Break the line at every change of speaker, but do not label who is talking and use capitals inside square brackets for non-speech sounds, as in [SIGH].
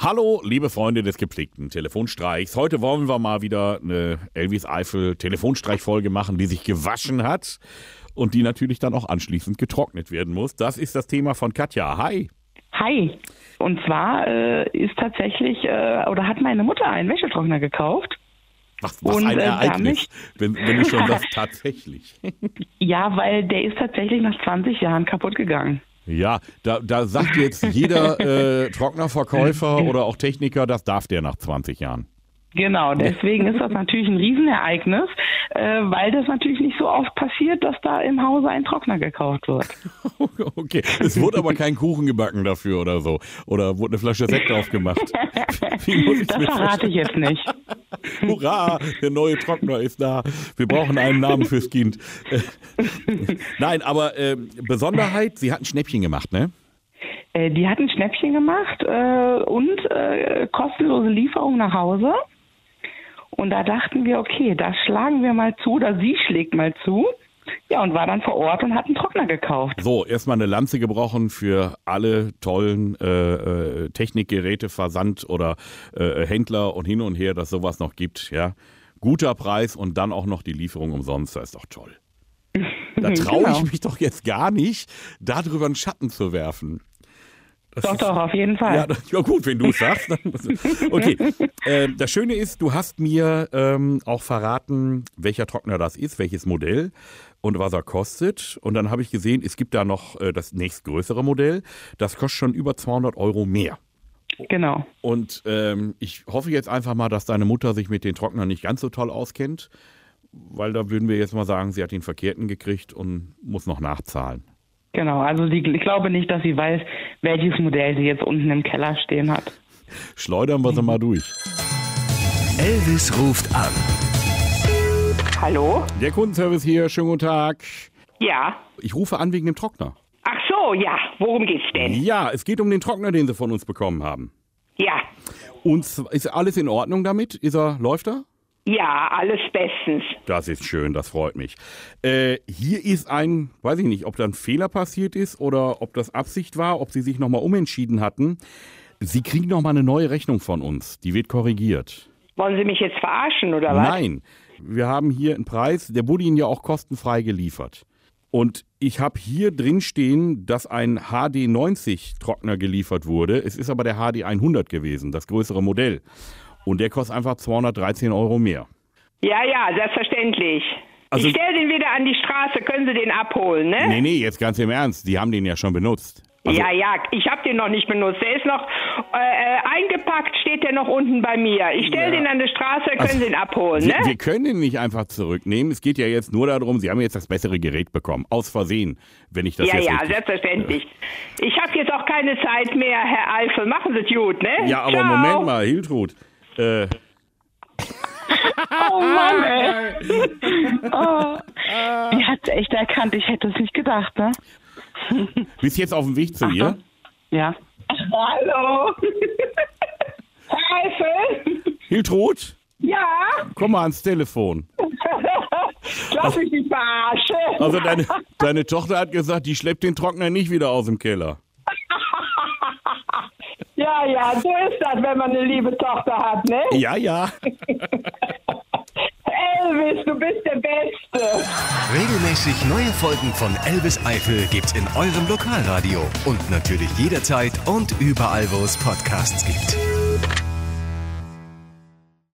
Hallo, liebe Freunde des gepflegten Telefonstreichs. Heute wollen wir mal wieder eine Elvis Eifel Telefonstreich-Folge machen, die sich gewaschen hat und die natürlich dann auch anschließend getrocknet werden muss. Das ist das Thema von Katja. Hi.
Hi. Und zwar äh, ist tatsächlich äh, oder hat meine Mutter einen Wäschetrockner gekauft.
Was, was
Und,
ein
äh,
Ereignis,
damit-
wenn, wenn du schon sagst, tatsächlich.
Ja, weil der ist tatsächlich nach 20 Jahren kaputt gegangen.
Ja, da, da sagt jetzt jeder äh, Trocknerverkäufer oder auch Techniker, das darf der nach 20 Jahren. [LAUGHS]
Genau, deswegen ist das natürlich ein Riesenereignis, äh, weil das natürlich nicht so oft passiert, dass da im Hause ein Trockner gekauft wird.
Okay, es wurde aber kein Kuchen gebacken dafür oder so. Oder wurde eine Flasche Sekt aufgemacht. Wie muss ich
Das
mir
verrate ich jetzt nicht.
vorstellen? Hurra, der neue Trockner ist da. Wir brauchen einen Namen fürs Kind. Äh, Nein, aber äh, Besonderheit, sie hat ein Schnäppchen gemacht, ne?
Äh, die hat ein Schnäppchen gemacht äh, und äh, kostenlose Lieferung nach Hause. Und da dachten wir, okay, da schlagen wir mal zu oder sie schlägt mal zu. Ja, und war dann vor Ort und hat einen Trockner gekauft.
So, erstmal eine Lanze gebrochen für alle tollen äh, äh, Technikgeräte, Versand oder äh, Händler und hin und her, dass sowas noch gibt. Ja, guter Preis und dann auch noch die Lieferung umsonst, das ist doch toll. Da
[LAUGHS]
traue
Genau.
ich mich doch jetzt gar nicht, darüber einen Schatten zu werfen. Das
Doch,
ist-
doch, auf jeden Fall.
Ja, das- [LAUGHS] ja gut, wenn du es sagst. Dann, okay, ähm, das Schöne ist, du hast mir ähm, auch verraten, welcher Trockner das ist, welches Modell und was er kostet. Und dann habe ich gesehen, es gibt da noch äh, das nächstgrößere Modell. Das kostet schon über 200 Euro mehr.
Genau.
Und ähm, ich hoffe jetzt einfach mal, dass deine Mutter sich mit den Trocknern nicht ganz so toll auskennt, weil da würden wir jetzt mal sagen, sie hat den verkehrten gekriegt und muss noch nachzahlen.
Genau, also die, ich glaube nicht, dass sie weiß, welches Modell sie jetzt unten im Keller stehen hat.
Schleudern wir sie mal durch.
Elvis ruft an.
Hallo?
Der Kundenservice hier, schönen guten Tag.
Ja.
Ich rufe an wegen dem Trockner.
Ach so, ja. Worum geht's denn?
Ja, es geht um den Trockner, den Sie von uns bekommen haben.
Ja.
Und z- ist alles in Ordnung damit? Ist er, läuft er?
Ja, alles bestens.
Das ist schön, das freut mich. Äh, hier ist ein, weiß ich nicht, ob da ein Fehler passiert ist oder ob das Absicht war, ob Sie sich nochmal umentschieden hatten. Sie kriegen nochmal eine neue Rechnung von uns. Die wird korrigiert.
Wollen Sie mich jetzt verarschen oder was?
Nein, wir haben hier einen Preis, der wurde Ihnen ja auch kostenfrei geliefert. Und ich habe hier drin stehen, dass ein HD90-Trockner geliefert wurde. Es ist aber der HD100 gewesen, das größere Modell. Und der kostet einfach 213 Euro mehr.
Ja, ja, selbstverständlich.
Also-
ich stelle den wieder an die Straße. Können Sie den abholen, ne?
Nee, nee, jetzt ganz im Ernst, die haben den ja schon benutzt. Also,
ja, ja, ich habe den noch nicht benutzt. Der ist noch äh, äh, eingepackt, steht der noch unten bei mir. Ich stelle den an die Straße, können Sie ihn abholen,
Also, wir,
ne?
wir können ihn nicht einfach zurücknehmen. Es geht ja jetzt nur darum, Sie haben jetzt das bessere Gerät bekommen. Aus Versehen, wenn ich das
ja,
jetzt
ja,
richtig...
selbstverständlich. Ich habe jetzt auch keine Zeit mehr, Herr Eifel. Machen Sie es gut, ne?
Ja, aber
Ciao.
Moment mal, Hiltrud. Äh,
Oh Mann, ey. oh. Die hat's echt erkannt. Ich hätte es nicht gedacht, ne?
bist jetzt auf dem Weg zu ihr?
Ja.
Hallo. Herr Eifel?
Hiltrud?
Ja?
Komm mal ans Telefon.
Lass mich nicht verarschen.
Also
[LAUGHS]
deine, deine Tochter hat gesagt, die schleppt den Trockner nicht wieder aus dem Keller.
[LAUGHS] Ja, ja, so ist das, wenn man eine liebe Tochter hat, ne?
Ja, ja.
Elvis, du bist der Beste.
Regelmäßig neue Folgen von Elvis Eifel gibt's in eurem Lokalradio und natürlich jederzeit und überall, wo es Podcasts gibt.